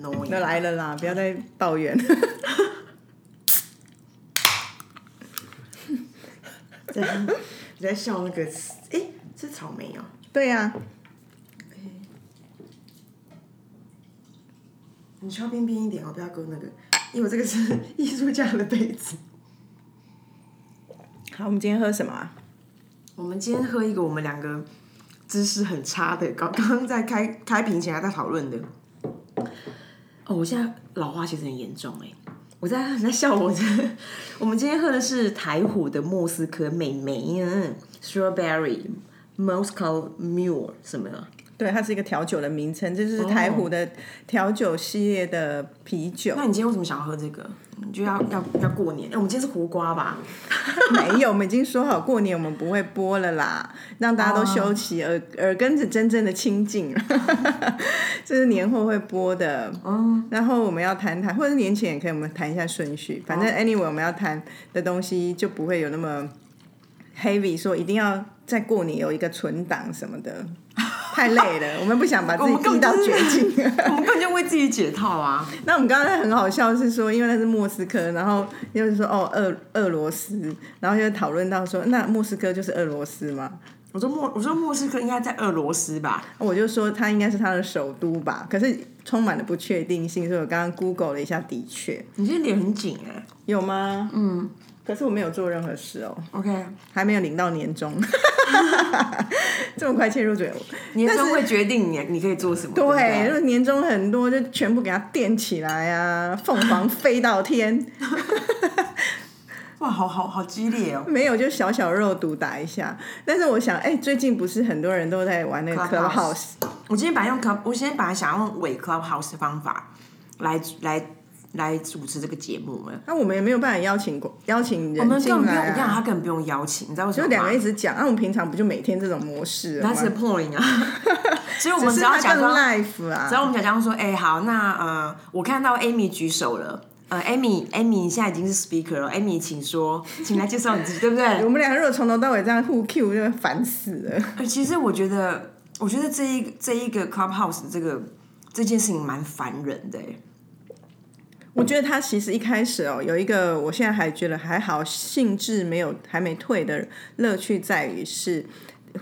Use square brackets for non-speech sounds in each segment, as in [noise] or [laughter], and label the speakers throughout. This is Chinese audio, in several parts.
Speaker 1: 挪
Speaker 2: 那
Speaker 1: 牙。
Speaker 2: 来了啦，不要再抱怨。 [laughs]
Speaker 1: 在 [laughs] 你在笑那个？哎、是草莓哦、
Speaker 2: 对呀、
Speaker 1: 你敲边边一点哦、不要勾那个，因为我这个是 [laughs] 艺术家的杯子。
Speaker 2: 好，我们今天喝什么、啊？
Speaker 1: 我们今天喝一个我们两个知识很差的，刚刚刚在开开瓶前还在讨论的。哦，我现在老花其实很严重哎、我在你在笑我。我们今天喝的是台虎的莫斯科美眉，嗯，Strawberry Moscow Mule 什么啊的。
Speaker 2: 对，它是一个调酒的名称，这就是台虎的调酒系列的啤酒。
Speaker 1: 那你今天为什么想要喝这个？你就要要要过年？哎、我们今天是胡瓜吧？ [laughs]
Speaker 2: [laughs] 没有，我们已经说好过年我们不会播了啦，让大家都休息，耳耳根子真正的清净了。 [laughs] 这是年后会播的。嗯。然后我们要谈谈，或者是年前也可以，我们谈一下顺序。反正 anyway，我们要谈的东西就不会有那么 heavy，说一定要在过年有一个存档什么的，太累了， [laughs] 我们不想把自己逼到绝境。
Speaker 1: 我们根本就为自己解套啊！
Speaker 2: 那我们刚才很好笑，是说因为那是莫斯科，然后又是说哦俄俄罗斯，然后又讨论到说那莫斯科就是俄罗斯吗？
Speaker 1: 我说莫，我说莫斯科应该在俄罗斯吧？
Speaker 2: 我就说它应该是它的首都吧，可是充满了不确定性，所以我刚刚 Google 了一下，的确
Speaker 1: 你今天脸很紧哎、
Speaker 2: 有吗？嗯，可是我没有做任何事哦，
Speaker 1: OK，
Speaker 2: 还没有领到年终， [laughs] 这么快切入主题，
Speaker 1: 年终会决定你你可以做什么。对不
Speaker 2: 对，
Speaker 1: 对，
Speaker 2: 就是年终很多，就全部给它垫起来啊，凤凰飞到天。
Speaker 1: 哇，好好好激烈哦！
Speaker 2: 没有，就小小肉毒打一下。但是我想，哎、最近不是很多人都在玩那个 Clubhouse，
Speaker 1: Clubhouse 我今天本来用 club，我今天本来想要用伪 clubhouse 的方法来来来主持这个节目了。
Speaker 2: 那、我们也没有办法邀请过邀请
Speaker 1: 我
Speaker 2: 人
Speaker 1: 们根
Speaker 2: 进
Speaker 1: 本不用，
Speaker 2: 来
Speaker 1: 我跟你讲，
Speaker 2: 啊。
Speaker 1: 他根本不用邀请，你知道为什
Speaker 2: 就
Speaker 1: 么
Speaker 2: 两
Speaker 1: 吗
Speaker 2: 个一直讲，那、啊我们平常不就每天这种模式了吗？
Speaker 1: ？That's the point 啊！所以我
Speaker 2: 只
Speaker 1: 们
Speaker 2: 是
Speaker 1: 只要
Speaker 2: 它
Speaker 1: 假
Speaker 2: 更
Speaker 1: 装，
Speaker 2: live 啊
Speaker 1: 只。要我们假装说，哎、好，那呃，我看到 Amy 举手了，呃，Amy，Amy 你现在已经是 speaker 了，Amy 请说，请来介绍你自己，对不对？ [laughs]
Speaker 2: 我们两个如果从头到尾这样互 Q，就会烦死了。
Speaker 1: 呃，其实我觉得，我觉得这一这一个 Clubhouse 这个这件事情蛮烦人的欸。
Speaker 2: 我觉得他其实一开始哦，有一个我现在还觉得还好，兴致没有还没退的乐趣在于是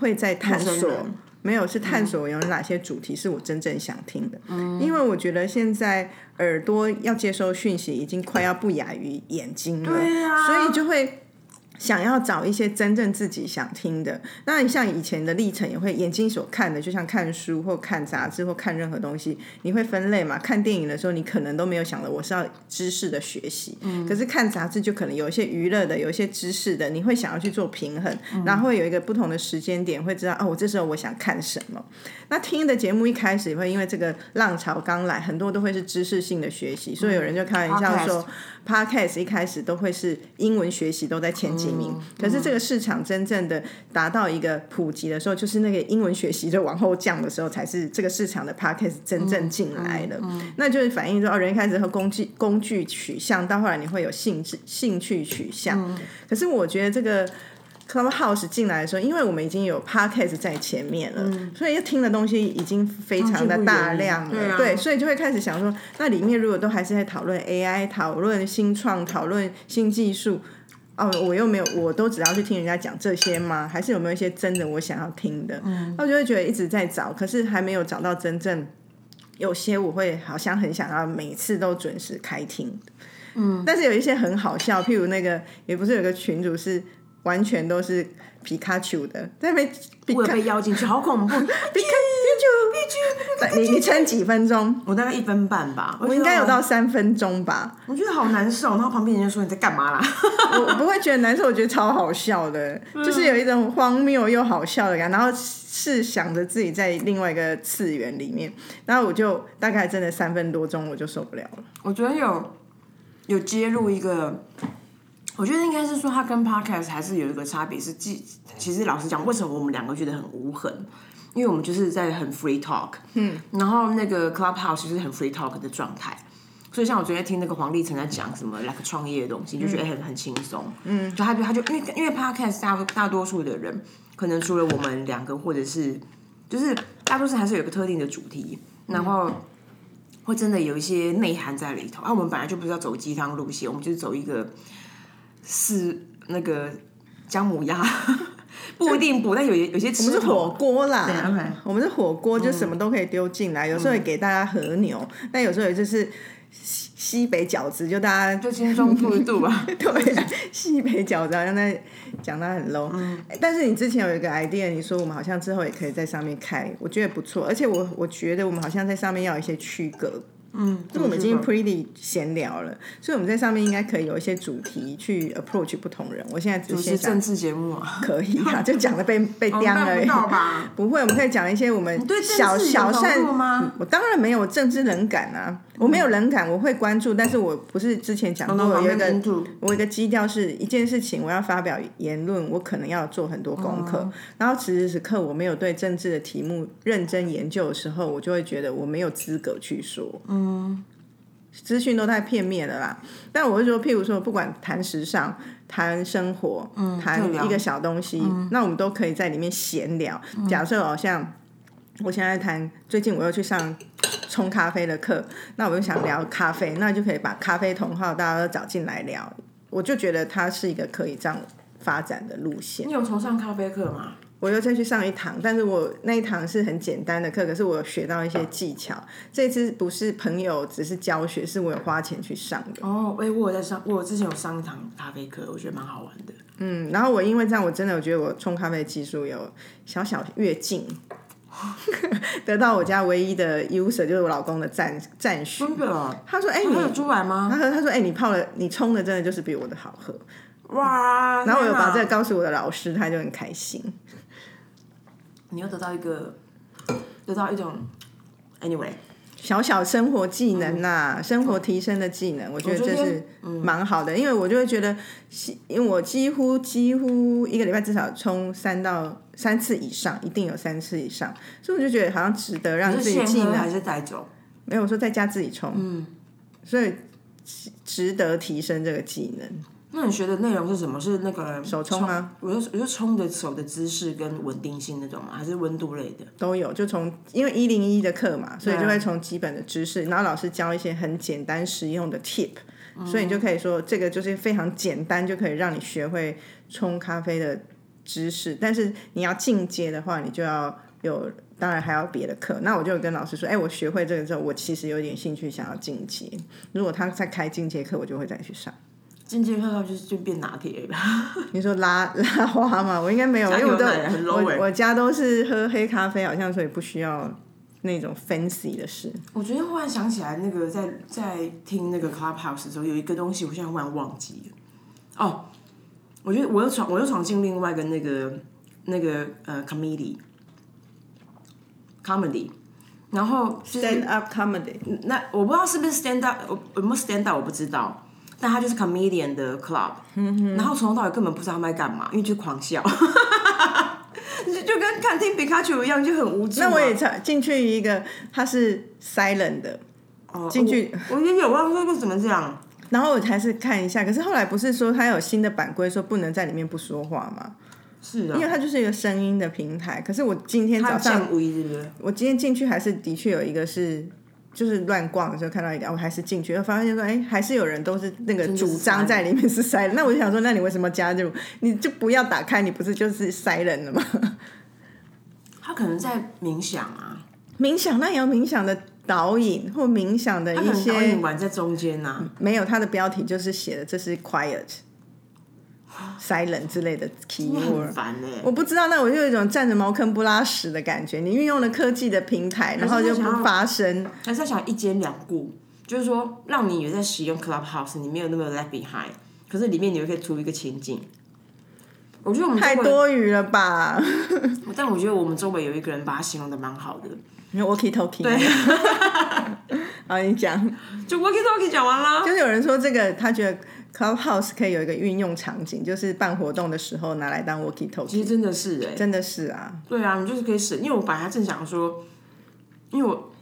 Speaker 2: 会在探
Speaker 1: 陌生
Speaker 2: 索
Speaker 1: 人，嗯
Speaker 2: 没有是探索有哪些主题是我真正想听的。因为我觉得现在耳朵要接收讯息已经快要不亚于眼睛了，
Speaker 1: 对啊
Speaker 2: 所以就会。想要找一些真正自己想听的，那你像以前的历程也会眼睛所看的，就像看书或看杂志或看任何东西，你会分类嘛？看电影的时候，你可能都没有想着我是要知识的学习，
Speaker 1: 嗯
Speaker 2: 可是看杂志就可能有一些娱乐的，有一些知识的，你会想要去做平衡，
Speaker 1: 嗯
Speaker 2: 然后会有一个不同的时间点，会知道哦，我这时候我想看什么。那听的节目一开始也会因为这个浪潮刚来，很多都会是知识性的学习，所以有人就开玩笑
Speaker 1: 嗯
Speaker 2: 说，podcast 一开始都会是英文学习都在前几名，可是这个市场真正的达到一个普及的时候，就是那个英文学习就往后降的时候，才是这个市场的 podcast 真正进来的。那就是反映说，哦，人一开始和工具工具取向，到后来你会有兴致兴趣取向。可是我觉得这个 Clubhouse 进来的时候，因为我们已经有 podcast 在前面了，所以听的东西已经非常的大量了，
Speaker 1: 嗯对啊
Speaker 2: 对，所以就会开始想说，那里面如果都还是在讨论 AI、讨论新创、讨论新技术。哦，我又没有，我都只要去听人家讲这些吗？还是有没有一些真的我想要听的？
Speaker 1: 嗯
Speaker 2: 那我就会觉得一直在找，可是还没有找到真正有些我会好像很想要每次都准时开听，嗯，但是有一些很好笑，譬如那个也不是有个群主是完全都是皮卡丘的，在那边皮
Speaker 1: 我有
Speaker 2: 卡
Speaker 1: 被邀进去，好
Speaker 2: [laughs]
Speaker 1: 恐怖！
Speaker 2: 皮卡丘，你你撑几分钟？
Speaker 1: 我大概一分半吧，我
Speaker 2: 我应该有，到三分钟吧，
Speaker 1: 我觉得好难受。然后旁边人就说你在干嘛啦？
Speaker 2: 我我不会觉得难受，我觉得超好笑的，就是有一种荒谬又好笑的感觉，然后是想着自己在另外一个次元里面，然后我就大概真的三分多钟我就受不了了，
Speaker 1: 我觉得有有揭露一个，我觉得应该是说它跟 podcast 还是有一个差别，是既其实老实讲，为什么我们两个觉得很无痕？因为我们就是在很 free talk，嗯，然后那个 clubhouse 就是很 free talk 的状态。所以像我昨天听那个黄立成在讲什
Speaker 2: 嗯
Speaker 1: 么 like 创业的东西，就觉得哎很很轻松。嗯，就他就他就因为因为 podcast 大大多数的人，可能除了我们
Speaker 2: 嗯
Speaker 1: 两个，或者是就是大多数还是有一个特定的主题，然后会真的有一些内涵在里头。啊，我们本来就不是要走鸡汤路线，我们就是走一个是那个姜母鸭， [laughs] 不一定补，但有有些
Speaker 2: 我
Speaker 1: 吃
Speaker 2: 们是
Speaker 1: 头
Speaker 2: 火锅啦，
Speaker 1: 对，OK 嗯
Speaker 2: 我们是火锅，就什么都可以丢进来。有时候也给大家和牛，但有时候也就是西西北饺子，就大家
Speaker 1: 就轻松过度吧。
Speaker 2: [laughs] 对啊西北饺子，好像在讲它很 low、
Speaker 1: 嗯
Speaker 2: 但是你之前有一个 idea，你说我们好像之后也可以在上面开，我觉得不错。而且我我觉得我们好像在上面要有一些区隔，
Speaker 1: 嗯，
Speaker 2: 因为我们已经 pretty 闲聊了，所以我们在上面应该可以有一些主题去 approach 不同人。我现在只
Speaker 1: 主
Speaker 2: 是
Speaker 1: 持
Speaker 2: 想
Speaker 1: 政治节目啊，
Speaker 2: 可以
Speaker 1: [laughs]
Speaker 2: 啊，就讲的被被
Speaker 1: 我
Speaker 2: 刁
Speaker 1: 们
Speaker 2: 而
Speaker 1: 办不
Speaker 2: 已。
Speaker 1: 到
Speaker 2: [laughs]
Speaker 1: 吧？
Speaker 2: 不会，我们可以讲一些我们
Speaker 1: 对政治
Speaker 2: 小
Speaker 1: 有
Speaker 2: 小
Speaker 1: 投
Speaker 2: 善
Speaker 1: 入吗
Speaker 2: 嗯我当然没有政治冷感啊，我没有冷感，我会关注，但是我不是之前讲
Speaker 1: 懂
Speaker 2: 过，
Speaker 1: 懂
Speaker 2: 我
Speaker 1: 懂
Speaker 2: 有一个嗯
Speaker 1: 民主
Speaker 2: 我有一个基调是一件事情，我要发表言论，我可能要做很多功课。
Speaker 1: 哦
Speaker 2: 然后此时此刻，我没有对政治的题目认真研究的时候，我就会觉得我没有资格去说。嗯，资讯都太片面了啦。但我会说，譬如说，不管谈时尚、谈生活、谈
Speaker 1: 嗯就聊嗯
Speaker 2: 一个小东西，那我们都可以在里面闲聊。假设好像我现在谈，最近我又去上冲咖啡的课，那我就想聊咖啡，那就可以把咖啡同好大家都找进来聊。我就觉得它是一个可以这样发展的路线。
Speaker 1: 你有崇尚咖啡课吗？
Speaker 2: 我又再去上一堂，但是我那一堂是很简单的课，可是我有学到一些技巧。这次不是朋友只是教学，是我有花钱去上的。
Speaker 1: 哦，哎、我有在上，我之前有上一堂咖啡课，我觉得蛮好玩的。
Speaker 2: 嗯，然后我因为这样，我真的我觉得我冲咖啡的技术有小小跃进， [laughs] 得到我家唯一的 user 就是我老公的赞赞许。
Speaker 1: 真的哦，
Speaker 2: 他说：“哎、
Speaker 1: 你
Speaker 2: 你
Speaker 1: 有出来吗？
Speaker 2: 他说：“他说，哎、你泡了，你冲的真的就是比我的好喝。
Speaker 1: 哇！”
Speaker 2: 嗯然后我有
Speaker 1: 天哪
Speaker 2: 把这个告诉我的老师，他就很开心。
Speaker 1: 你又得到一个，得到一种，anyway，
Speaker 2: 小小生活技能呐、生活提升的技能，我觉得这是蛮好的，因为我就会觉得，因为我几乎几乎一个礼拜至少冲三到三次以上，一定有三次以上，所以我就觉得好像值得让
Speaker 1: 你
Speaker 2: 自
Speaker 1: 是
Speaker 2: 己
Speaker 1: 现
Speaker 2: 技
Speaker 1: 喝
Speaker 2: 能
Speaker 1: 还是带走？
Speaker 2: 没有我说在家自己冲，嗯，所以值值得提升这个技能。
Speaker 1: 那你学的内容是什么？是那个
Speaker 2: 手冲啊吗？
Speaker 1: 我就我就冲的手的姿势跟稳定性那种吗？还是温度类的？
Speaker 2: 都有，就从因为一零一的课嘛，所以
Speaker 1: 对啊
Speaker 2: 就会从基本的知识，然后老师教一些很简单实用的 tip，、所以你就可以说这个就是非常简单，就可以让你学会冲咖啡的知识。但是你要进阶的话，你就要有，当然还要别的课。那我就有跟老师说，哎、我学会这个之后，我其实有点兴趣想要进阶。如果他再开进阶课，我就会再去上。
Speaker 1: 进阶课就是就变拿铁了， [laughs]
Speaker 2: [laughs] 你说拉拉花嘛，我应该没有，因为我都
Speaker 1: 加牛奶很 low
Speaker 2: 我
Speaker 1: 欸
Speaker 2: 我家都是喝黑咖啡，好像所以不需要那种 fancy 的事。
Speaker 1: 我昨天忽然想起来，那个在在听那个 Clubhouse 的时候，有一个东西，我现在忽然忘记了。哦，我觉得我又闯，我又闯进另外一个那个那个呃 comedy comedy，然后就是
Speaker 2: Stand up comedy，
Speaker 1: 那我不知道是不是 stand up，我有没有 stand up 我不知道，但他就是 comedian 的 club，、然
Speaker 2: 嗯
Speaker 1: 后从头到尾根本不知道他们在干嘛，因为就狂笑， [laughs] 就就跟看听皮卡丘一样，就很无助啊。
Speaker 2: 那我也才进去一个，它是 silent 的，
Speaker 1: 哦
Speaker 2: 进去
Speaker 1: 我，我也有忘说为什么这样，
Speaker 2: 然后我才是看一下，可是后来不是说它有新的版规说不能在里面不说话吗？
Speaker 1: 嗯是
Speaker 2: 因为
Speaker 1: 的，
Speaker 2: 它就是一个声音的平台。可是我今天
Speaker 1: 他
Speaker 2: 早
Speaker 1: 有
Speaker 2: 上，
Speaker 1: 降维是不是？
Speaker 2: 我今天进去还是的确有一个是。就是乱逛的时候看到一个，我还是进去，又发现说，哎、还是有人都是那个
Speaker 1: 真的是
Speaker 2: 主张
Speaker 1: silent
Speaker 2: 在里面是 silent。那我就想说，那你为什么加入？你就不要打开，你不是就是 silent 了吗？ [laughs]
Speaker 1: 他可能在冥想啊，
Speaker 2: 冥想那也有冥想的导引或冥想的
Speaker 1: 他可
Speaker 2: 一
Speaker 1: 能导
Speaker 2: 些
Speaker 1: 演玩在中间啊呐、
Speaker 2: 没有，它的标题就是写的这是 quiet、silent 之类的
Speaker 1: 真的很
Speaker 2: keyword。
Speaker 1: 烦哎、
Speaker 2: 我不知道，那我就有一种站着茅坑不拉屎的感觉。你运用了科技的平台，然后就不发声。
Speaker 1: 还是在想一兼两顾，就是说让你也在使用 Clubhouse，你没有那么 left behind，可是里面你又可以出一个情境。我觉得我们
Speaker 2: 太
Speaker 1: 周围，
Speaker 2: 多余了吧
Speaker 1: 但我觉得我们周围有一个人把它形容的蛮好的，
Speaker 2: 你说？Walkie talkie。对。 [laughs] 好，你讲，
Speaker 1: 就 Walkie Talkie 讲完啦。
Speaker 2: 就是有人说这个，他觉得 Clubhouse 可以有一个运用场景，就是办活动的时候拿来当 Walkie
Speaker 1: 其
Speaker 2: talkie。
Speaker 1: 实真的是哎、
Speaker 2: 真的是啊，
Speaker 1: 对啊，你就是可以省，因为我本来正想说，因为我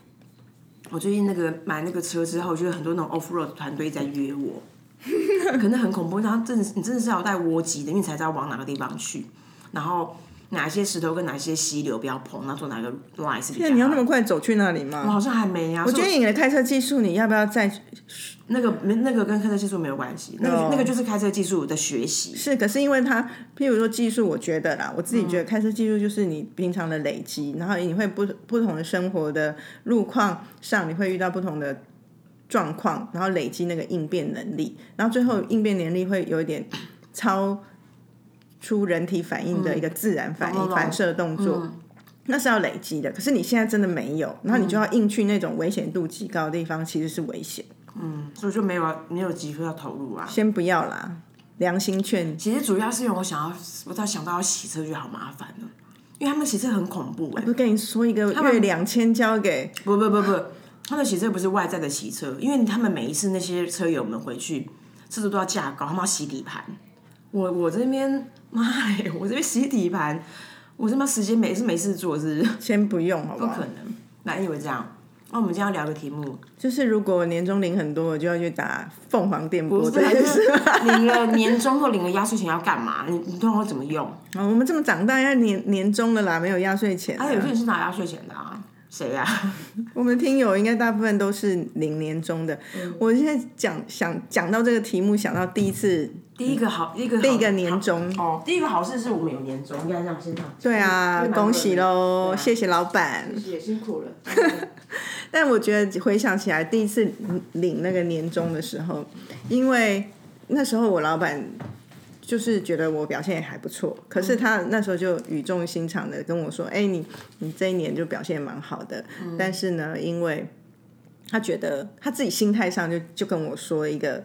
Speaker 1: 我最近那个买那个车之后，就有很多那种 off road 团队在约我， [laughs] 可能很恐怖，然后真的是你真的是要带窝机的，因为你才知道往哪个地方去。然后哪些石头跟哪些溪流不要碰，那做哪个 line 是比较啊
Speaker 2: 那
Speaker 1: 好。
Speaker 2: 你要那么快走去那里吗？
Speaker 1: 我好像还没呀、啊，
Speaker 2: 我觉得你的开车技术，你要不要再
Speaker 1: 那个没那个跟开车技术没有关系，那个、
Speaker 2: 哦
Speaker 1: 那个就是开车技术的学习。
Speaker 2: 是？可是因为它，譬如说技术，我觉得啦，我自己
Speaker 1: 嗯
Speaker 2: 觉得开车技术就是你平常的累积，然后你会不不同的生活的路况上，你会遇到不同的状况，然后累积那个应变能力，然后最后应变能力会有一点超出人体反应的一个自然反应、
Speaker 1: 嗯懂懂嗯
Speaker 2: 反射动作。那是要累积的，可是你现在真的没有，然后你就要硬去那种危险度极高的地方，其实是危险。
Speaker 1: 嗯，所以就没有啊没有机会要投入啊。
Speaker 2: 先不要啦，良心劝
Speaker 1: 其实主要是因为我想要，我到想到要洗车就好麻烦了，因为他们洗车很恐怖哎、
Speaker 2: 不跟你说一个月
Speaker 1: 们
Speaker 2: 两千交给
Speaker 1: 不不不不，他们洗车不是外在的洗车，因为他们每一次那些车友们回去，车子都要架高，他们要洗底盘。我我这边妈耶，我这边洗底盘，我这边时间没是没事做是不是
Speaker 2: 先不用，好不
Speaker 1: 不
Speaker 2: 好？
Speaker 1: 可能。那因为这样，那我们今天要聊个题目，
Speaker 2: 就是如果年终领很多，我就要去打凤凰电波
Speaker 1: 不
Speaker 2: 这件事。 [laughs]
Speaker 1: 领了年终或领了压岁钱要干嘛？你你通常会怎么
Speaker 2: [laughs]
Speaker 1: 用？
Speaker 2: 啊，我们这么长大要年年终了啦，没有压岁钱啊、
Speaker 1: 还有些人是拿压岁钱的啊，谁呀、
Speaker 2: 我们听友应该大部分都是领年终的。
Speaker 1: 嗯
Speaker 2: 我现在讲想讲到这个题目，想到第一次
Speaker 1: 第一个好，第一个
Speaker 2: 第
Speaker 1: 第
Speaker 2: 一个年终，
Speaker 1: 哦，第一个好事是我们有年终，应该这样先讲。
Speaker 2: 对
Speaker 1: 嗯
Speaker 2: 啊，恭喜喽，谢
Speaker 1: 谢
Speaker 2: 谢老板。
Speaker 1: 谢，辛苦
Speaker 2: [laughs]
Speaker 1: 了。
Speaker 2: 但我觉得回想起来，第一次领那个年终的时候，因为那时候我老板就是觉得我表现也还不错，可是他
Speaker 1: 嗯
Speaker 2: 那时候就语重心长的跟我说：“哎、你你这一年就表现蛮好的，
Speaker 1: 嗯
Speaker 2: 但是呢，因为他觉得他自己心态上就就跟我说一个。”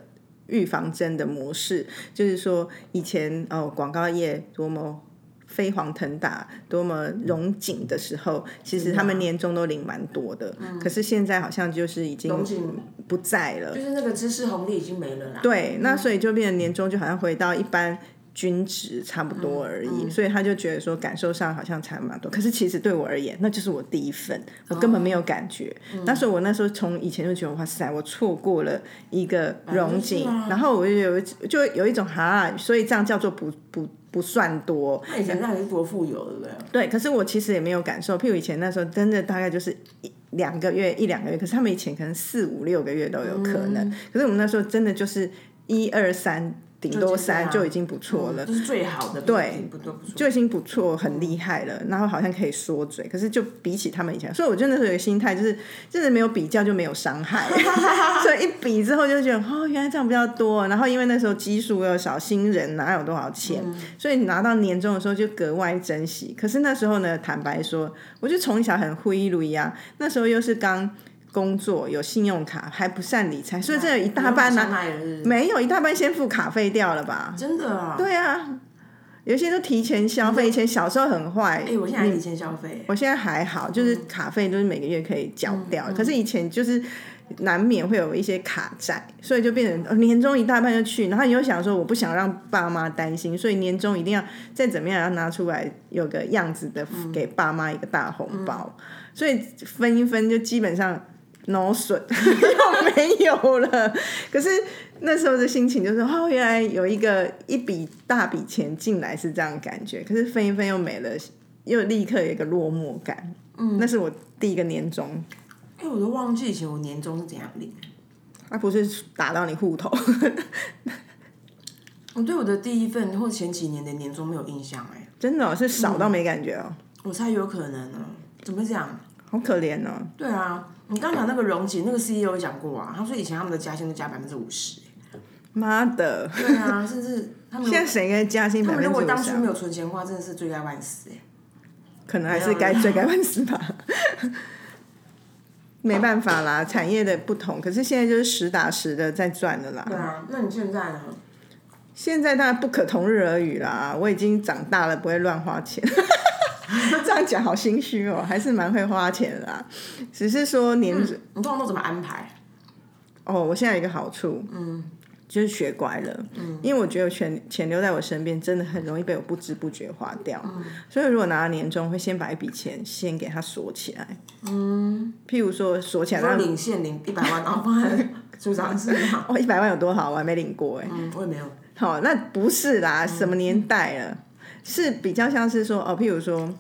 Speaker 2: 预防针的模式，就是说以前哦，广告业多么飞黄腾达、多么
Speaker 1: 嗯
Speaker 2: 荣景的时候，其实
Speaker 1: 啊
Speaker 2: 他们年终都领蛮多的。可是现在好像就是已经
Speaker 1: 嗯荣景
Speaker 2: 不在了。
Speaker 1: 就是那个知识红利已经没了啦。
Speaker 2: 对，那所以就变成年终就好像回到一般均值差不多而已，
Speaker 1: 嗯
Speaker 2: 所以他就觉得说感受上好像差蛮多。可是其实对我而言，那就是我第一份，我根本没有感觉。
Speaker 1: 哦
Speaker 2: 那时候我那时候从以前就觉得哇塞，我错过了一个荣景，
Speaker 1: 啊
Speaker 2: 然后我就有一就有一种哈，所以这样叫做不不不算多。
Speaker 1: 那以前那还是多富有，对不对？
Speaker 2: 对，可是我其实也没有感受。譬如以前那时候，真的大概就是一两个月、一两个月，可是他们以前可能四五六个月都有可能。可是我们那时候真的就是一二三，顶多三
Speaker 1: 就
Speaker 2: 就
Speaker 1: 已
Speaker 2: 已经不错了。
Speaker 1: 就是最好的，对，不多不错。
Speaker 2: 就已经不错，很厉害了，然后好像可以说嘴，可是就比起他们以前，所以我真的是有一个心态，就是真的没有比较就没有伤害，所以一比之后就觉得哦，原来这样比较多，然后因为那时候基数又少，新人哪有多少钱，所以你拿到年终的时候就格外珍惜。可是那时候呢，坦白说，我就从小很灰溜一啊，那时候又是刚工作，有信用卡，还不善理财，所以这有一大半
Speaker 1: 哦
Speaker 2: 呢、
Speaker 1: 呢
Speaker 2: 没有一大半先付卡费掉了吧？
Speaker 1: 真的啊。
Speaker 2: 对啊，有些都提前消费，以前小时候很坏。
Speaker 1: 哎，我现在还提前消费，
Speaker 2: 我现在还好，就是卡费都是每个月可以缴掉，可是以前就是难免会有一些卡债，所以就变成呃年终一大半就去，然后你又想说我不想让爸妈担心，所以年终一定要再怎么样要拿出来有个样子的给爸妈一个大红包，所以分一分就基本上 no 损 [laughs] 又没有了。可是那时候的心情就是哦，原来有一个一笔大笔钱进来是这样的感觉，可是分一分又没了，又立刻有一个落寞感。嗯，那是我第一个年终，
Speaker 1: 哎，我都忘记以前我年终是怎样领。
Speaker 2: 而啊不是打到你户头。 [laughs]
Speaker 1: 我对我的第一份或前几年的年终没有印象，哎，
Speaker 2: 真的哦、是少到没感觉哦，
Speaker 1: 我猜有可能呢。怎么讲？
Speaker 2: 好可怜哦。
Speaker 1: 对啊，你刚讲那个荣景，那个 CEO 也讲过啊，他说以前他们的加薪都加百分之五十。
Speaker 2: 妈的，
Speaker 1: 对啊，甚至他们
Speaker 2: 现在谁应该加薪
Speaker 1: 他
Speaker 2: 百
Speaker 1: 们
Speaker 2: 分
Speaker 1: 如果
Speaker 2: 之五
Speaker 1: 当初没
Speaker 2: 十？啊
Speaker 1: 有存钱的话，真的是罪该万死哎。
Speaker 2: 可能还是该罪该万死吧。 [laughs] 没办法啦，产业的不同，可是现在就是实打实的在赚的啦。
Speaker 1: 对啊，那你现在呢？
Speaker 2: 现在当然不可同日而语啦，我已经长大了，不会乱花钱。 [laughs] 这样讲好心虚哦，还是蛮会花钱的啦。只是说年、
Speaker 1: 你通常都怎么安排？
Speaker 2: 哦，我现在有一个好处，嗯，就是学乖了，嗯，因为我觉得钱钱留在我身边，真的很容易被我不知不觉花掉，所以如果拿到年终，会先把一笔钱先给它锁起来，嗯，譬如说锁起来，
Speaker 1: 说
Speaker 2: 让
Speaker 1: 领现领一百万，然后放在储藏室
Speaker 2: [laughs]
Speaker 1: 嘛。
Speaker 2: 哦一百万有多好，我还没领过哎。
Speaker 1: 嗯，我也没有。
Speaker 2: 好，那不是啦，什么年代了？啊是比较像是说哦，譬如说。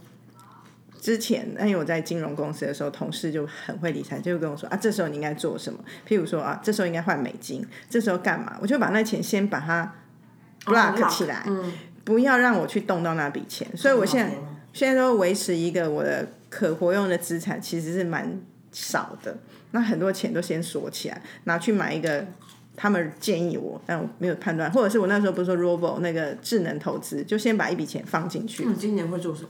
Speaker 2: 之前，因为我在金融公司的时候，同事就很会理财，就会跟我说啊，这时候你应该做什么？譬如说啊，这时候应该换美金，这时候干嘛？我就把那钱先把它 block 起来，
Speaker 1: 嗯，
Speaker 2: 不要让我去动到那笔钱。所以我现在
Speaker 1: 很好听
Speaker 2: 现在都维持一个我的可活用的资产其实是蛮少的，那很多钱都先锁起来，拿去买一个。他们建议我，但我没有判断，或者是我那时候不是说 Robo 那个智能投资，就先把一笔钱放进去。
Speaker 1: 那你今年会做什么？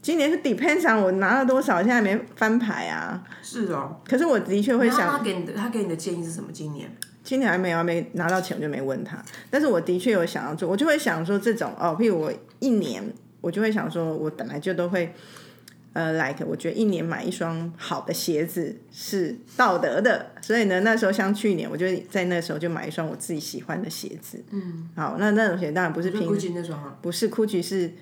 Speaker 2: 今年是 depends on 我拿了多少，现在还没翻牌啊。
Speaker 1: 是哦，
Speaker 2: 可是我的确会
Speaker 1: 那
Speaker 2: 想，
Speaker 1: 他给你的他给你的建议是什么？今年
Speaker 2: 今年还没有还没拿到钱，我就没问他。但是我的确有想要做，我就会想说这种哦，譬如我一年，我就会想说，我本来就都会，呃，like 我觉得一年买一双好的鞋子是道德的，所以呢，那时候像去年，我就在那时候就买一双我自己喜欢的鞋子。嗯，好，那那种鞋当然不是
Speaker 1: 就
Speaker 2: 拼，
Speaker 1: 估计那双啊，
Speaker 2: 不是 Gucci 是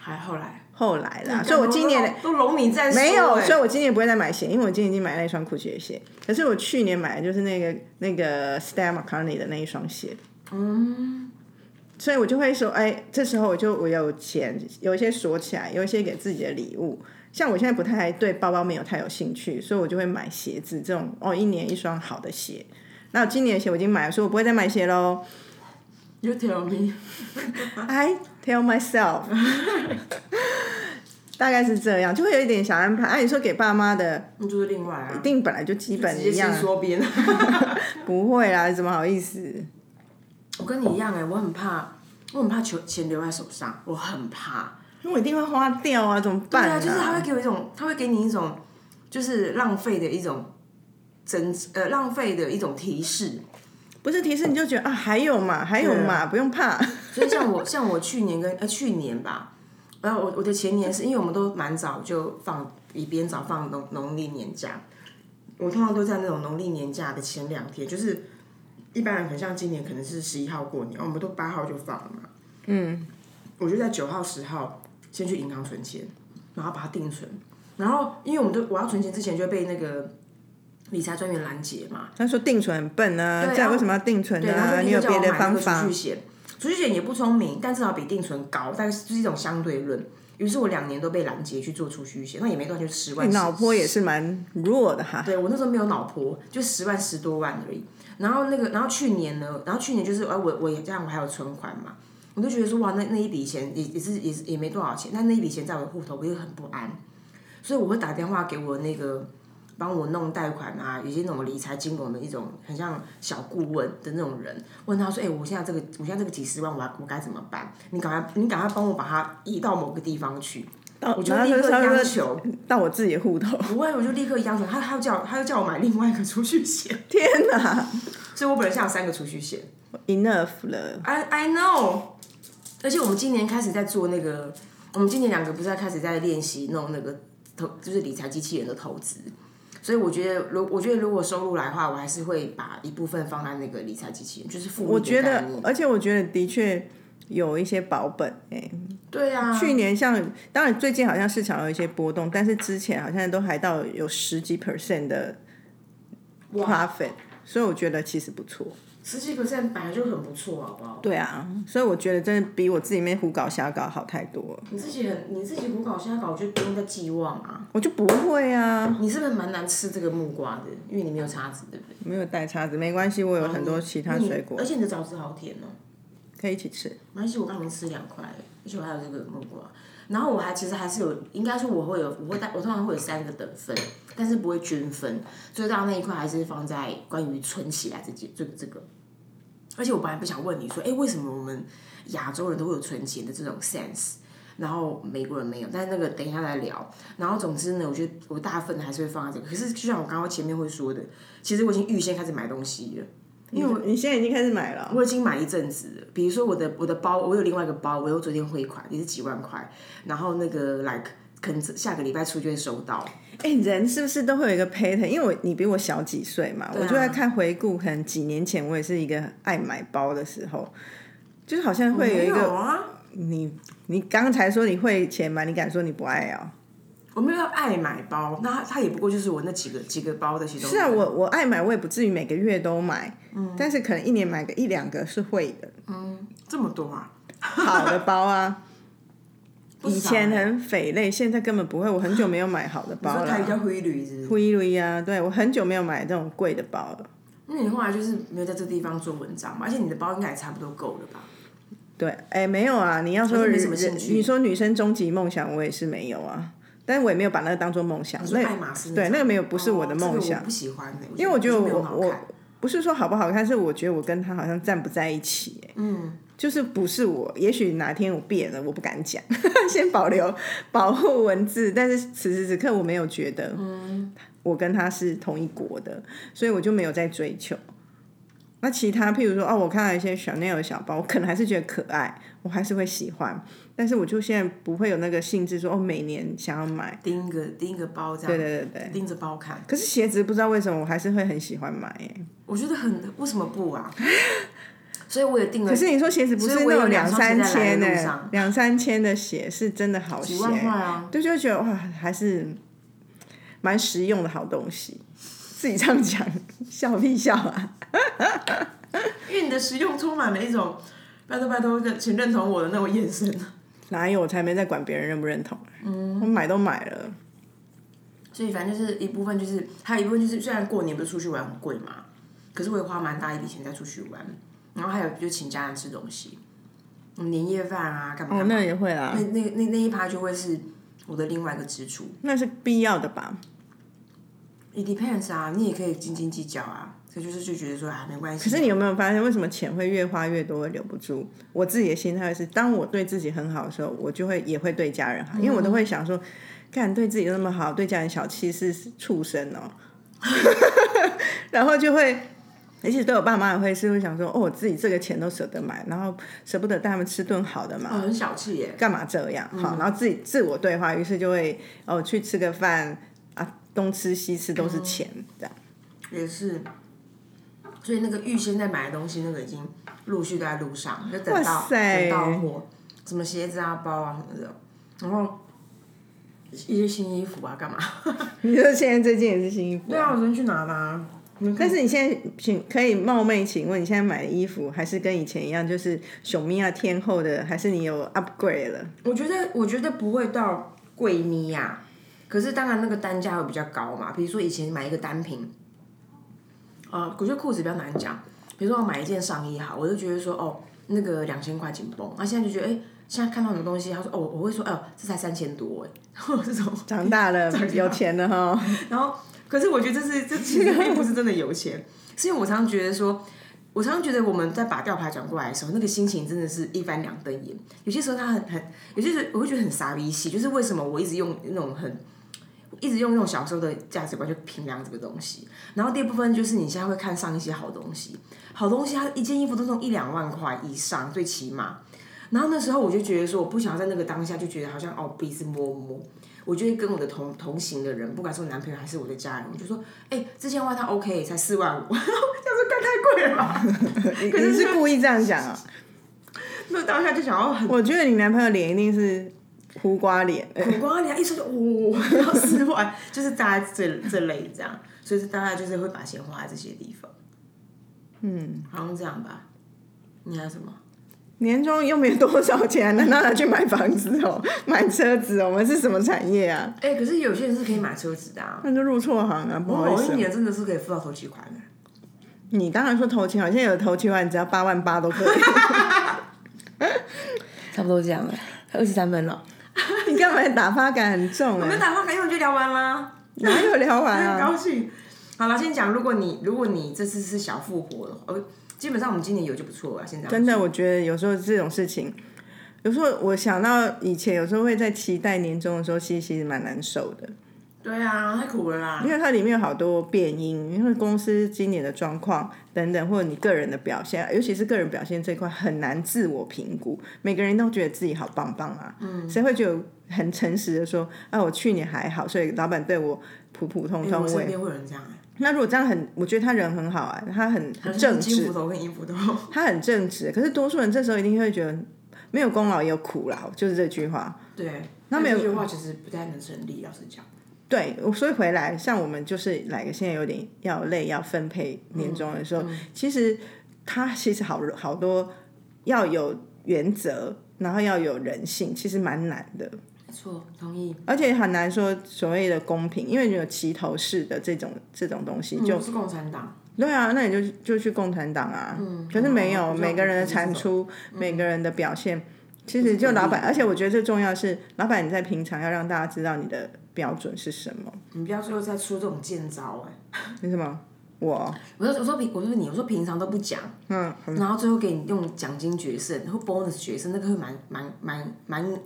Speaker 1: 还后来
Speaker 2: 后来啦，所以我今年的
Speaker 1: 都拢你在说
Speaker 2: 没有，
Speaker 1: 欸
Speaker 2: 所以我今年不会再买鞋，因为我今年已经买了一双 GUCCI 的鞋。可是我去年买的就是那个那个 Stan McCartney 的那一双鞋。嗯。所以我就会说，哎，这时候我就我有钱，有一些锁起来，有一些给自己的礼物。像我现在不太对包包没有太有兴趣，所以我就会买鞋子这种哦，一年一双好的鞋。那我今年的鞋我已经买了，所以我不会再买鞋喽。
Speaker 1: You tell me，
Speaker 2: I tell myself，大概是这样，就会有一点小安排。按、啊、你说给爸妈的
Speaker 1: 那就是另外啊
Speaker 2: 一，定本来就基本
Speaker 1: 直接
Speaker 2: 一样啊
Speaker 1: 先，说边。
Speaker 2: [laughs] 不会啦，怎么好意思？
Speaker 1: 我跟你一样哎、我很怕，我很怕钱钱留在手上，我很怕。
Speaker 2: 因为我一定会花掉啊，怎么
Speaker 1: 对
Speaker 2: 办、
Speaker 1: 啊，就是他会给我一种，他会给你一种就是浪费的一种整呃浪费的一种提示。
Speaker 2: 不是提示你就觉得啊，还有嘛，还有
Speaker 1: 啊
Speaker 2: 嘛，不用怕。
Speaker 1: 所以像我像我去年跟呃去年吧，然后我我的前年是因为我们都蛮早就放比别人早放农农历年假，我通常都在那种农历年假的前两天，就是一般人可能像今年可能是十一号过年，哦我们都八号就放了嘛。我就在九号、十号先去银行存钱，然后把它定存。然后因为我们都我要存钱之前就被那个理财专员拦截嘛，
Speaker 2: 他说定存很笨啊，
Speaker 1: 对啊
Speaker 2: 这样为什么要定存
Speaker 1: 对，然后
Speaker 2: 啊？
Speaker 1: 就
Speaker 2: 你
Speaker 1: 一直
Speaker 2: 有
Speaker 1: 叫
Speaker 2: 别
Speaker 1: 我
Speaker 2: 的
Speaker 1: 买那
Speaker 2: 方
Speaker 1: 个储
Speaker 2: 法
Speaker 1: 蓄？险，储蓄险也不聪明，但至少比定存高，但是就是一种相对论。于是我两年都被拦截去做储蓄险，那也没多少，就十万。
Speaker 2: 哎你脑波也是蛮弱的哈。
Speaker 1: 对我那时候没有脑婆，就十万十多万而已。然后那个，然后去年呢，然后去年就是，哎，我我也这样，我还有存款嘛，我就觉得说，哇，那那一笔钱也也是也是也没多少钱，但那一笔钱在我的户头，我又很不安，所以我会打电话给我那个帮我弄贷款啊，有些那种理财金融的一种很像小顾问的那种人，问他说，哎、我现在这个我现在这个几十万，我要我该怎么办？你赶快你赶快帮我把它移到某个地方去，
Speaker 2: 到
Speaker 1: 我就
Speaker 2: 然后
Speaker 1: 立
Speaker 2: 他
Speaker 1: 刻
Speaker 2: 说
Speaker 1: 央
Speaker 2: 他
Speaker 1: 求。
Speaker 2: 说到我自己的户头， [laughs]
Speaker 1: 不会，我就立刻央求他，他又叫他又叫我买另外一个储蓄险，
Speaker 2: [laughs] 天哪
Speaker 1: [laughs] 所以我本来现在有三个储蓄险。
Speaker 2: ，enough 了，
Speaker 1: I I know，而且我们今年开始在做那个，我们今年两个不是在开始在练习弄那个投，就是理财机器人的投资。所以我觉得，如我觉得如果收入来的话，我还是会把一部分放在那个理财机器人，就是复
Speaker 2: 我
Speaker 1: 利的
Speaker 2: 觉
Speaker 1: 概
Speaker 2: 得
Speaker 1: 念。，
Speaker 2: 而且我觉得的确有一些保本哎、
Speaker 1: 对啊，
Speaker 2: 去年像，当然最近好像市场有一些波动，但是之前好像都还到有十几 percent 的 profit，所以我觉得其实不错。
Speaker 1: 十几 percent 本来就很不错，好不好？
Speaker 2: 对啊，所以我觉得真的比我自己面胡搞瞎搞好太多了。
Speaker 1: 你自己很你自己胡搞瞎搞，就不用再寄望啊。
Speaker 2: 我就不会啊，
Speaker 1: 你是不是蛮难吃这个木瓜的？因为你没有叉子，对不对？
Speaker 2: 没有带叉子没关系，我有很多其他
Speaker 1: 哦那你
Speaker 2: 水果
Speaker 1: 嗯而且你的枣子好甜哦、
Speaker 2: 可以一起吃。
Speaker 1: 没关系，我刚刚吃两块了，而且我还有这个木瓜。然后我还其实还是有，应该说我会有，我会带，我通常会有三个等分，但是不会均分，所以到那一块还是放在关于存起来这件这个这个。而且我本来不想问你说，哎、为什么我们亚洲人都会有存钱的这种 sense，然后美国人没有？但是那个等一下再聊。然后总之呢，我觉得我大部分还是会放在这个。可是就像我刚刚前面会说的，其实我已经预先开始买东西了。
Speaker 2: 因为你现在已经开始买了哦，
Speaker 1: 我已经买一阵子了，比如说我的我的包，我有另外一个包，我又昨天汇款也是几万块，然后那个 like 可能下个礼拜初就会收到。
Speaker 2: 哎、人是不是都会有一个 pattern？因为我你比我小几岁嘛，
Speaker 1: 对啊
Speaker 2: 我就在看回顾，可能几年前我也是一个爱买包的时候，就是好像会有一
Speaker 1: 没
Speaker 2: 个
Speaker 1: 啊，
Speaker 2: 你你刚才说你会钱吗？你敢说你不爱啊、
Speaker 1: 我没有爱买包，那它它也不过就是我那几个几个包的其中。
Speaker 2: 是啊，我我爱买，我也不至于每个月都买，
Speaker 1: 嗯
Speaker 2: 但是可能一年买个一两个是会的，
Speaker 1: 这么多啊，
Speaker 2: 好的包啊。
Speaker 1: [laughs] 不
Speaker 2: 以
Speaker 1: 少
Speaker 2: 前
Speaker 1: 欸
Speaker 2: 很匪类，现在根本不会。我很久没有买好的包
Speaker 3: 说
Speaker 2: 了
Speaker 3: 台语，叫灰驴子，
Speaker 2: 灰绿啊，对我很久没有买这种贵的包了。
Speaker 1: 那你后来就是没有在这地方做文章嘛？而且你的包应该也差不多够了吧？
Speaker 2: 对，哎、没有啊，你要
Speaker 1: 我
Speaker 2: 说
Speaker 1: 是没
Speaker 2: 人
Speaker 1: 什么兴趣
Speaker 2: 你说女生终极梦想，我也是没有啊，但我也没有把那个当做梦想，
Speaker 1: 你说
Speaker 2: 那
Speaker 1: 爱马仕
Speaker 2: 对那个没有不是我的梦
Speaker 1: 哦这个
Speaker 2: 想
Speaker 1: 我不喜欢的、
Speaker 2: 因为我觉得
Speaker 1: 没有
Speaker 2: 我
Speaker 1: 很好
Speaker 2: 我
Speaker 1: 看
Speaker 2: 不是说好不好看，是我觉得我跟他好像站不在一起、欸，
Speaker 1: 嗯，
Speaker 2: 就是不是我，也许哪天我变了，我不敢讲， [laughs] 先保留保护文字，但是此时此刻我没有觉得，
Speaker 1: 嗯
Speaker 2: 我跟他是同一国的，所以我就没有在追求。那其他，譬如说，哦，我看到一些 Chanel 的小包，我可能还是觉得可爱，我还是会喜欢，但是我就现在不会有那个兴致说，哦，每年想要买。
Speaker 1: 盯一个盯一个包这样，
Speaker 2: 对对对对。
Speaker 1: 盯着包看。
Speaker 2: 可是鞋子不知道为什么我还是会很喜欢买、欸，
Speaker 1: 我觉得很为什么不 [laughs] 啊？所以我也订了
Speaker 2: 可是你说鞋子不是
Speaker 1: 所以我
Speaker 2: 那
Speaker 1: 有
Speaker 2: 种
Speaker 1: 两双
Speaker 2: 三
Speaker 1: 鞋在来
Speaker 2: 千
Speaker 1: 的
Speaker 2: 呢、
Speaker 1: 路上
Speaker 2: 两三千的鞋是真的好鞋，
Speaker 1: 几万块啊，
Speaker 2: 对，就会觉得哇，还是蛮实用的好东西。自己这样讲，笑屁笑啊！ [laughs]
Speaker 1: 因为你的实用充满了一种拜托拜托，请认同我的那种眼神。
Speaker 2: 哪有？我才没在管别人认不认同。嗯，我买都买了，
Speaker 1: 所以反正就是一部分就是，还有一部分就是，虽然过年不是出去玩很贵嘛，可是我也花蛮大一笔钱在出去玩，然后还有就请家人吃东西，嗯年夜饭啊干嘛
Speaker 2: 哦，
Speaker 1: 干嘛
Speaker 2: 那也会啦
Speaker 1: 那，那那那一趴就会是我的另外一个支出。
Speaker 2: 那是必要的吧？
Speaker 1: It depends 啊，你也可以斤斤计较啊，这就是就觉得说啊没关系。
Speaker 2: 可是你有没有发现，为什么钱会越花越多，会留不住？我自己的心态是，当我对自己很好的时候，我就会也会对家人好，因为我都会想
Speaker 1: 嗯
Speaker 2: 说，干对自己都那么好，对家人小气是畜
Speaker 1: [laughs]
Speaker 2: 生哦、然后就会。而且对我爸妈也会是会想说，哦，我自己这个钱都舍得买，然后舍不得带他们吃顿好的嘛，
Speaker 1: 哦很小气耶，
Speaker 2: 干嘛这样？好，
Speaker 1: 嗯
Speaker 2: 然后自己自我对话，于是就会哦去吃个饭啊，东吃西吃都
Speaker 1: 嗯
Speaker 2: 是钱，这样
Speaker 1: 也是。所以那个预先在买的东西，那个已经陆续在路上，就等
Speaker 2: 哇
Speaker 1: 到
Speaker 2: 塞
Speaker 1: 等到货，什么鞋子啊、包啊什么的，然后一些新衣服啊，干嘛？
Speaker 2: 你说现在最近也是新衣服、
Speaker 1: 对啊，我昨天去拿的啊。
Speaker 2: 但是你现在请可以冒昧请问，你现在买的衣服还是跟以前一样，就是熊咪亚天后的，还是你有 upgrade [laughs] 了？
Speaker 1: 我觉得我觉得不会到贵咪呀、可是当然那个单价会比较高嘛。比如说以前买一个单品，呃，我觉得裤子比较难讲。比如说我买一件上衣好，我就觉得说哦，那个两千块紧绷，那、现在就觉得哎、现在看到什么东西，他说哦，我会说哦、这才三千多 [laughs] 哎，这种。
Speaker 2: [laughs] 长大了，有钱了哈。 [laughs]
Speaker 1: 然后，可是我觉得这是这其实并不是真的有钱，是因为我常常觉得说，我常常觉得我们在把吊牌转过来的时候，那个心情真的是一翻两瞪眼。有些时候他很很，有些时候我会觉得很傻逼气，就是为什么我一直用那种很。一直用那种小时候的价值观去评量这个东西，然后第二部分就是你现在会看上一些好东西，好东西它一件衣服都弄一两万块以上最起码，然后那时候我就觉得说我不想要在那个当下就觉得好像哦鼻子摸摸，我就会跟我的同同行的人，不管是我男朋友还是我的家人，我就说，哎、这件外套 OK，才四万五，这样 [laughs] 说干太贵了吧？
Speaker 2: [laughs] 你
Speaker 1: 可是
Speaker 2: 你是故意这样讲啊？
Speaker 1: 那当下就想要很
Speaker 2: 我觉得你男朋友脸一定是胡瓜脸，呃
Speaker 1: [laughs] 苦瓜脸，一说就呜、哦，要四万， [laughs] 就是大概这这类这样，所以大概就是会把钱花在这些地方，嗯，好像这样吧。你还有什么？
Speaker 2: 年终又没有多少钱，难道拿去买房子哦、买车子哦、我们是什么产业啊？
Speaker 1: 哎、可是有些人是可以买车子的啊，
Speaker 2: 那就入错行啊，不
Speaker 1: 我
Speaker 2: 好意
Speaker 1: 某一
Speaker 2: 思。
Speaker 1: 年真的是可以付到头期款的、
Speaker 2: 嗯你当然说投钱，好像有投钱完，你只要八万八都可以。
Speaker 1: [laughs] 差不多这样了，二十三分了。
Speaker 2: 你干嘛打发感很重
Speaker 1: 我
Speaker 2: 哎、
Speaker 1: 们打话感觉我们就聊完啦。
Speaker 2: 哪有聊完
Speaker 1: 很
Speaker 2: 啊？
Speaker 1: 高兴。好了，先讲，如果你如果你这次是小复活的话，呃，基本上我们今年有就不错了。现在
Speaker 2: 真的，我觉得有时候这种事情，有时候我想到以前，有时候会在期待年终的时候，其实其实蛮难受的，
Speaker 1: 对啊，太苦了啦。
Speaker 2: 因为它里面有好多变因，因为公司今年的状况等等，或者你个人的表现，尤其是个人表现这一块很难自我评估。每个人都觉得自己好棒棒啊，嗯，谁会觉得很诚实的说，啊，我去年还好，所以老板对我普普通
Speaker 1: 哎
Speaker 2: 通
Speaker 1: 我，
Speaker 2: 我
Speaker 1: 身
Speaker 2: 也
Speaker 1: 边会有人这样、欸，
Speaker 2: 那如果这样很，我觉得他人很好啊，他很很正直
Speaker 1: 金，斧头跟银斧头。
Speaker 2: 他很正直，可是多数人这时候一定会觉得没有功劳也有苦劳，就是这句话。
Speaker 1: 对，
Speaker 2: 那没有
Speaker 1: 这句话其实不太能成立，老实讲。
Speaker 2: 对，我所以回来，像我们就是来个现在有点要累，要分配年终的时候，其实他其实好好多要有原则，然后要有人性，其实蛮难的，
Speaker 1: 没错，同意。
Speaker 2: 而且很难说所谓的公平，因为有齐头式的这种这种东西，就
Speaker 1: 就、嗯是共产党，
Speaker 2: 对啊，那你就就去共产党啊。
Speaker 1: 嗯
Speaker 2: 可是没有，
Speaker 1: 嗯
Speaker 2: 每个人的产出，每个人的表现，其实就老板，而且我觉得最重要是，老板你在平常要让大家知道你的标准是什么。
Speaker 1: 你不要最后再出这种贱招哎、
Speaker 2: 你什么？我
Speaker 1: 我说我说平我说你我说平常都不讲，
Speaker 2: 嗯，
Speaker 1: 然后最后给你用奖金决胜或 bonus 决胜，那个会蛮蛮蛮蛮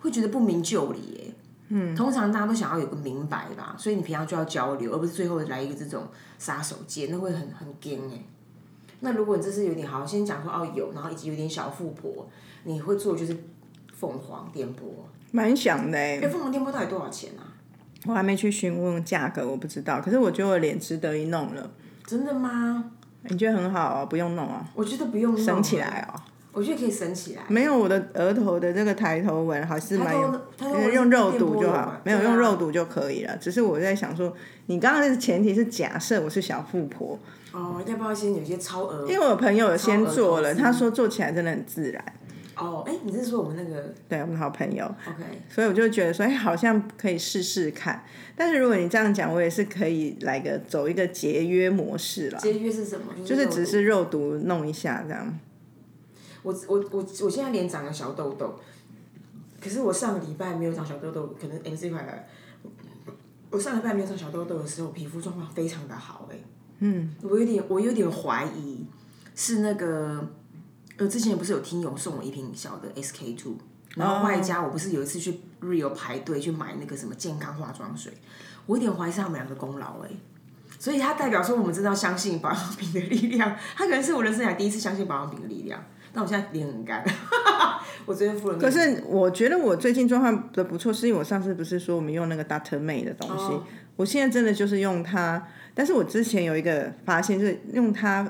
Speaker 1: 会觉得不明就里耶。嗯，通常大家都想要有个明白吧，所以你平常就要交流，而不是最后来一个这种杀手锏，那会很很惊哎。那如果你这是有点好，先讲说哦有，然后以及有点小富婆，你会做的就是凤凰电波。
Speaker 2: 蛮想的、欸
Speaker 1: 哎、，凤凰电波到底多少钱啊？
Speaker 2: 我还没去询问价格，我不知道。可是我觉得我脸值得一弄了，
Speaker 1: 真的吗？
Speaker 2: 你觉得很好哦，不用弄哦，
Speaker 1: 我觉得不用弄啊
Speaker 2: 省起，来哦。
Speaker 1: 我觉得可以省起来。
Speaker 2: 没有我的额头的这个抬头纹还是
Speaker 1: 他
Speaker 2: 蛮有呃嗯
Speaker 1: 都他都
Speaker 2: 用肉毒
Speaker 1: 电
Speaker 2: 就
Speaker 1: 波有
Speaker 2: 好
Speaker 1: 吧，
Speaker 2: 没有
Speaker 1: 对啊
Speaker 2: 用肉毒就可以了。只是我在想说，你刚刚的前提是假设我是小富婆，
Speaker 1: 哦，要不要先有些超额？
Speaker 2: 因为我朋友有先做
Speaker 1: 嗯超额
Speaker 2: 了，
Speaker 1: 投资
Speaker 2: 他说做起来真的很自然，
Speaker 1: 哦，哎、你是说我们那个
Speaker 2: 对我们好朋友，
Speaker 1: OK？
Speaker 2: 所以我就觉得说，哎，好像可以试试看。但是如果你这样讲，我也是可以来个走一个节约模式啦，
Speaker 1: 节约是什么？
Speaker 2: 啊就是只
Speaker 1: 肉
Speaker 2: 是肉毒弄一下这样。
Speaker 1: 我我我我现在脸长了小痘痘，可是我上个礼拜没有长小痘痘，可能 M C 回来了。我上个礼拜没有长小痘痘的时候，皮肤状况非常的好哎、嗯，我有点我有点怀疑是那个，呃，之前不是有听友送我一瓶小的 S K two，然
Speaker 2: 哦
Speaker 1: 后外加我不是有一次去 Rio 排队去买那个什么健康化妆水，我有点怀疑是他们两个功劳哎、所以它代表说我们真的要相信保养品的力量，它可能是我人生来第一次相信保养品的力量。但我现在脸很干，我昨天敷了面 [laughs] 膜。
Speaker 2: 可是我觉得我最近状况的不错，是因为我上次不是说我们用那个 Doctor May 的东西，
Speaker 1: 哦
Speaker 2: 我现在真的就是用它。但是我之前有一个发现，就是用它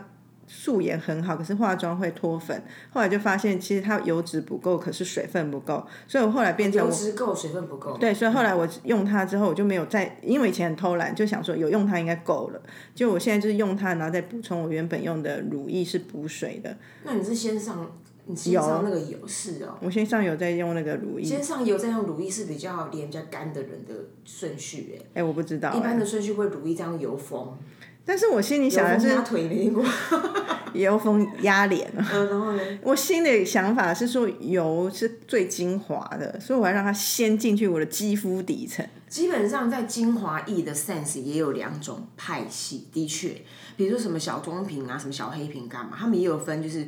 Speaker 2: 素颜很好，可是化妆会脱粉。后来就发现其实它油脂不够，可是水分不够，所以我后来变成
Speaker 1: 油
Speaker 2: 我。
Speaker 1: 脂够，水分不够。
Speaker 2: 对，所以后来我用它之后，我就没有再，因为以前很偷懒，就想说有用它应该够了。就我现在就是用它，然后再补充我原本用的乳液是补水的，
Speaker 1: 那你是先上，你先上那个油是哦，
Speaker 2: 我先上有在用那个乳液。
Speaker 1: 先上油再用乳液是比较脸比较干的人的顺序
Speaker 2: 哎、我不知道
Speaker 1: 哎，一、般的顺序会乳液这样油封，
Speaker 2: 但是我心里想的是
Speaker 1: 油封，拉腿没听过，
Speaker 2: [laughs] 油封压脸。
Speaker 1: [laughs] 嗯，然后呢，
Speaker 2: 我心里想法是说，油是最精华的，所以我要让它先进去我的肌肤底层。
Speaker 1: 基本上在精华液的 sense 也有两种派系，的确，比如说什么小棕瓶啊，什么小黑瓶干嘛，他们也有分，就是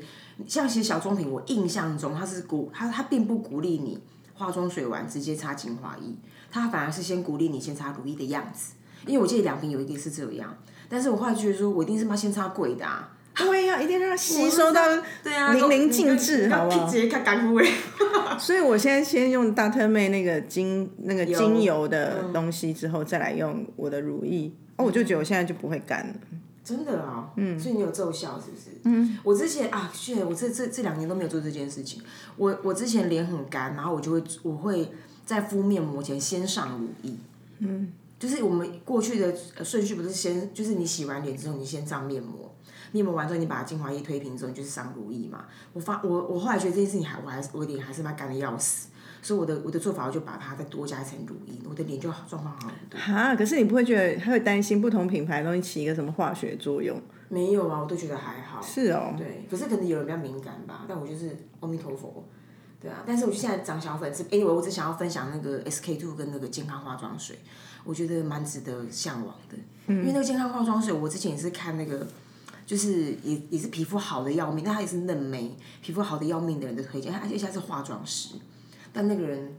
Speaker 1: 像其实小棕瓶，我印象中它是鼓，它它并不鼓励你化妆水完直接擦精华液，它反而是先鼓励你先擦乳液的样子，因为我记得两瓶有一个是这样，但是我后来觉得说我一定是要先擦贵的啊，
Speaker 2: 对呀、一定让它吸收到。
Speaker 1: 对啊，
Speaker 2: 淋漓尽致
Speaker 1: 你跟
Speaker 2: 好不好
Speaker 1: 你跟直接看干枯味，
Speaker 2: 所以我现在先用 Dr. May 那个精那个精油
Speaker 1: 嗯
Speaker 2: 的东西，之后再来用我的乳液。哦，我就觉得我现在就不会干了。
Speaker 1: 嗯真的啊、嗯，所以你有奏效是不是？嗯，我之前啊，去我这这这两年都没有做这件事情。我我之前脸很干，然后我就会我会在敷面膜前先上乳液。嗯，就是我们过去的呃顺序不是先，就是你洗完脸之后你先上面膜，面膜完之后你把精华液推平之后你就是上乳液嘛。我发我我后来觉得这件事情还我还是我脸还是蛮干的要死，所以我的我的做法我就把它再多加一层乳液，我的脸就好状况好很多。
Speaker 2: 哈，可是你不会觉得还会担心不同品牌的东西起一个什么化学作用？
Speaker 1: 没有啊，我都觉得还好。
Speaker 2: 是哦，
Speaker 1: 对，可是可能有人比较敏感吧，但我就是阿弥陀佛，对啊。但是我现在长小粉是，anyway，我只想要分享那个 SK two 跟那个健康化妆水，我觉得蛮值得向往的。
Speaker 2: 嗯
Speaker 1: 因为那个健康化妆水，我之前也是看那个，就是也也是皮肤好的要命，但他也是嫩妹，皮肤好的要命的人的推荐，而且现在是化妆师，但那个人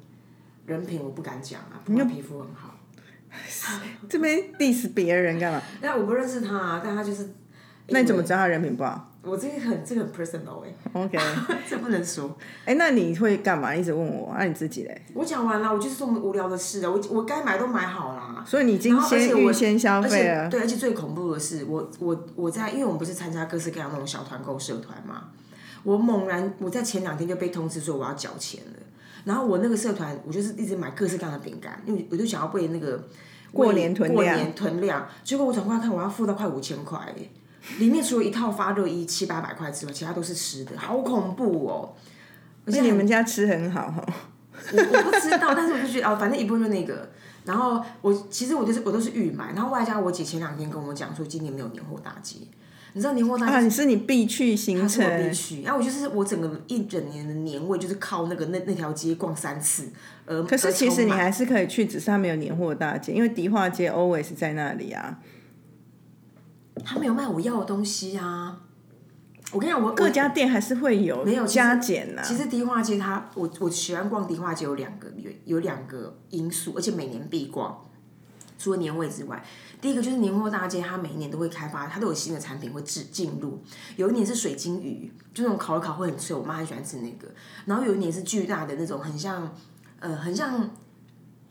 Speaker 1: 人品我不敢讲
Speaker 2: 嗯
Speaker 1: 啊，不过皮肤很好。
Speaker 2: 这边 diss 别人干嘛？
Speaker 1: 但我不认识他、啊，但他就是。
Speaker 2: 那你怎么
Speaker 1: 因
Speaker 2: 知道他人品不好
Speaker 1: 为？我这个很这个很 personal 哎、
Speaker 2: ？OK，
Speaker 1: 这不能说。
Speaker 2: 哎、那你会干嘛？一直问我，啊那、你自己嘞？
Speaker 1: 我讲完了，我就是做无聊的事啊了，我我该买都买好啦。
Speaker 2: 所以你已经
Speaker 1: 然后而且
Speaker 2: 先
Speaker 1: 我
Speaker 2: 预先消
Speaker 1: 而
Speaker 2: 费
Speaker 1: 且
Speaker 2: 了，
Speaker 1: 对，而且最恐怖的是，我我我在，因为我们不是参加各式各样那种小团购社团嘛，我猛然我在前两天就被通知说我要缴钱了，然后我那个社团我就是一直买各式各样的饼干，因为我就想要为那个
Speaker 2: 过年囤
Speaker 1: 过
Speaker 2: 量
Speaker 1: 年囤量，结果我转过来看，我要付到快五千块欸耶，里面除了一套发热衣七八百块之外，其他都是湿的，好恐怖哦！而且
Speaker 2: 那
Speaker 1: 很
Speaker 2: 你们家吃很
Speaker 1: [laughs]
Speaker 2: 好哈，
Speaker 1: 我我不知道，但是我就觉得哦，反正一部分就那个。然后我其实我就是我都是预买，然后外加我姐前两天跟我讲说今年没有年货大街，你知道年货大街
Speaker 2: 啊，你是你必去行
Speaker 1: 它是我必
Speaker 2: 程，
Speaker 1: 须，然后我就是我整个一整年的年味就是靠那个那那条街逛三次，呃而
Speaker 2: 可是
Speaker 1: 而
Speaker 2: 其实
Speaker 1: 充
Speaker 2: 你
Speaker 1: 满
Speaker 2: 还是可以去，只是它没有年货大街，因为迪化街 always 在那里啊，
Speaker 1: 他没有卖我要的东西啊！我跟你讲，我
Speaker 2: 各家店还是会有
Speaker 1: 没有其实
Speaker 2: 加减啊呐、
Speaker 1: 我其实迪化街它我我喜欢逛迪化街有两个有有两个因素，而且每年必逛。除了年味之外，第一个就是年货大街，它每一年都会开发，它都有新的产品会进进入。有一年是水晶鱼，就那种烤一烤会很脆，我妈很喜欢吃那个。然后有一年是巨大的那种，很像呃，很像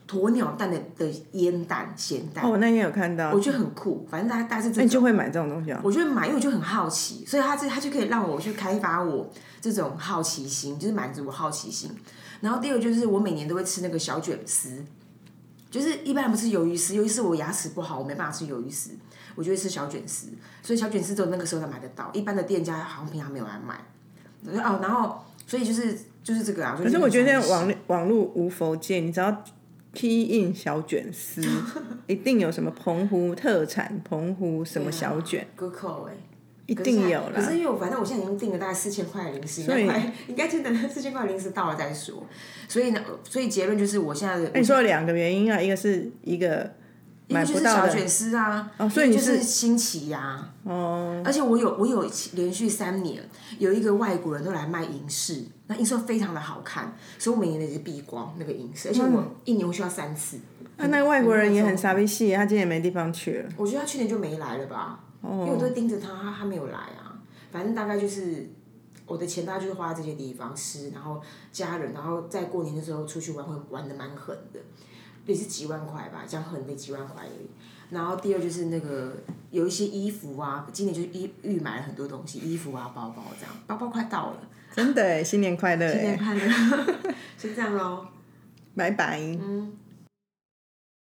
Speaker 1: 鸵鸟蛋的的烟蛋咸蛋，
Speaker 2: 哦，我那天有看到
Speaker 1: 我，觉得很酷。反正大家大家是这
Speaker 2: 那你就会买这种东西哦。
Speaker 1: 我就会买，因为我就很好奇，所以他这他就可以让我去开发我这种好奇心，就是满足我好奇心。然后第二个就是我每年都会吃那个小卷丝，就是一般人不吃鱿鱼丝，鱿鱼丝我牙齿不好，我没办法吃鱿鱼丝，我就会吃小卷丝，所以小卷丝只有那个时候才买得到，一般的店家好像平常没有来买。我就哦，然后所以就是就是这个啊。
Speaker 2: 可是我觉得
Speaker 1: 网。
Speaker 2: 网网络无佛界，你只要 key in 小卷
Speaker 1: [laughs]
Speaker 2: 丝，一定有什么澎湖特产、澎湖什
Speaker 1: 啊
Speaker 2: 么小卷，
Speaker 1: 割扣哎、
Speaker 2: 一定有
Speaker 1: 可是
Speaker 2: 啦。
Speaker 1: 因为我反正我现在已经订了大概四千块的零食，应
Speaker 2: 所
Speaker 1: 该
Speaker 2: 以
Speaker 1: 快应该就等四千块的零食到了再说。所以呢，所以结论就是我现在的
Speaker 2: 那你说有两个原因啊，一个是一个
Speaker 1: 因为
Speaker 2: 哎买
Speaker 1: 就
Speaker 2: 不
Speaker 1: 是
Speaker 2: 到
Speaker 1: 小
Speaker 2: 的
Speaker 1: 卷丝啊，
Speaker 2: 哦所以你
Speaker 1: 因为就是新奇呀、哦，而且我有我有连续三年有一个外国人都来卖银饰，那银饰非常的好看，所以我每年都是避光那个银饰，而
Speaker 2: 嗯
Speaker 1: 且我一年我需要三次。
Speaker 2: 啊，那外国人也很傻逼戏，他今天也没地方去了。
Speaker 1: 我觉得他去年就没来了吧，因为我都盯着他，他他没有来啊。反正大概就是我的钱，大概就是花在这些地方吃，然后家人，然后在过年的时候出去玩，会玩的蛮狠的，也是几万块吧，这样狠的几万块而已。然后第二就是那个有一些衣服啊，今年就是预预买了很多东西，衣服啊、包包这样，包包快到了，
Speaker 2: 欸真的耶，新年快乐
Speaker 1: 新年
Speaker 2: 耶，
Speaker 1: [laughs] 快乐，是这样喽。
Speaker 2: 拜拜。
Speaker 1: 嗯，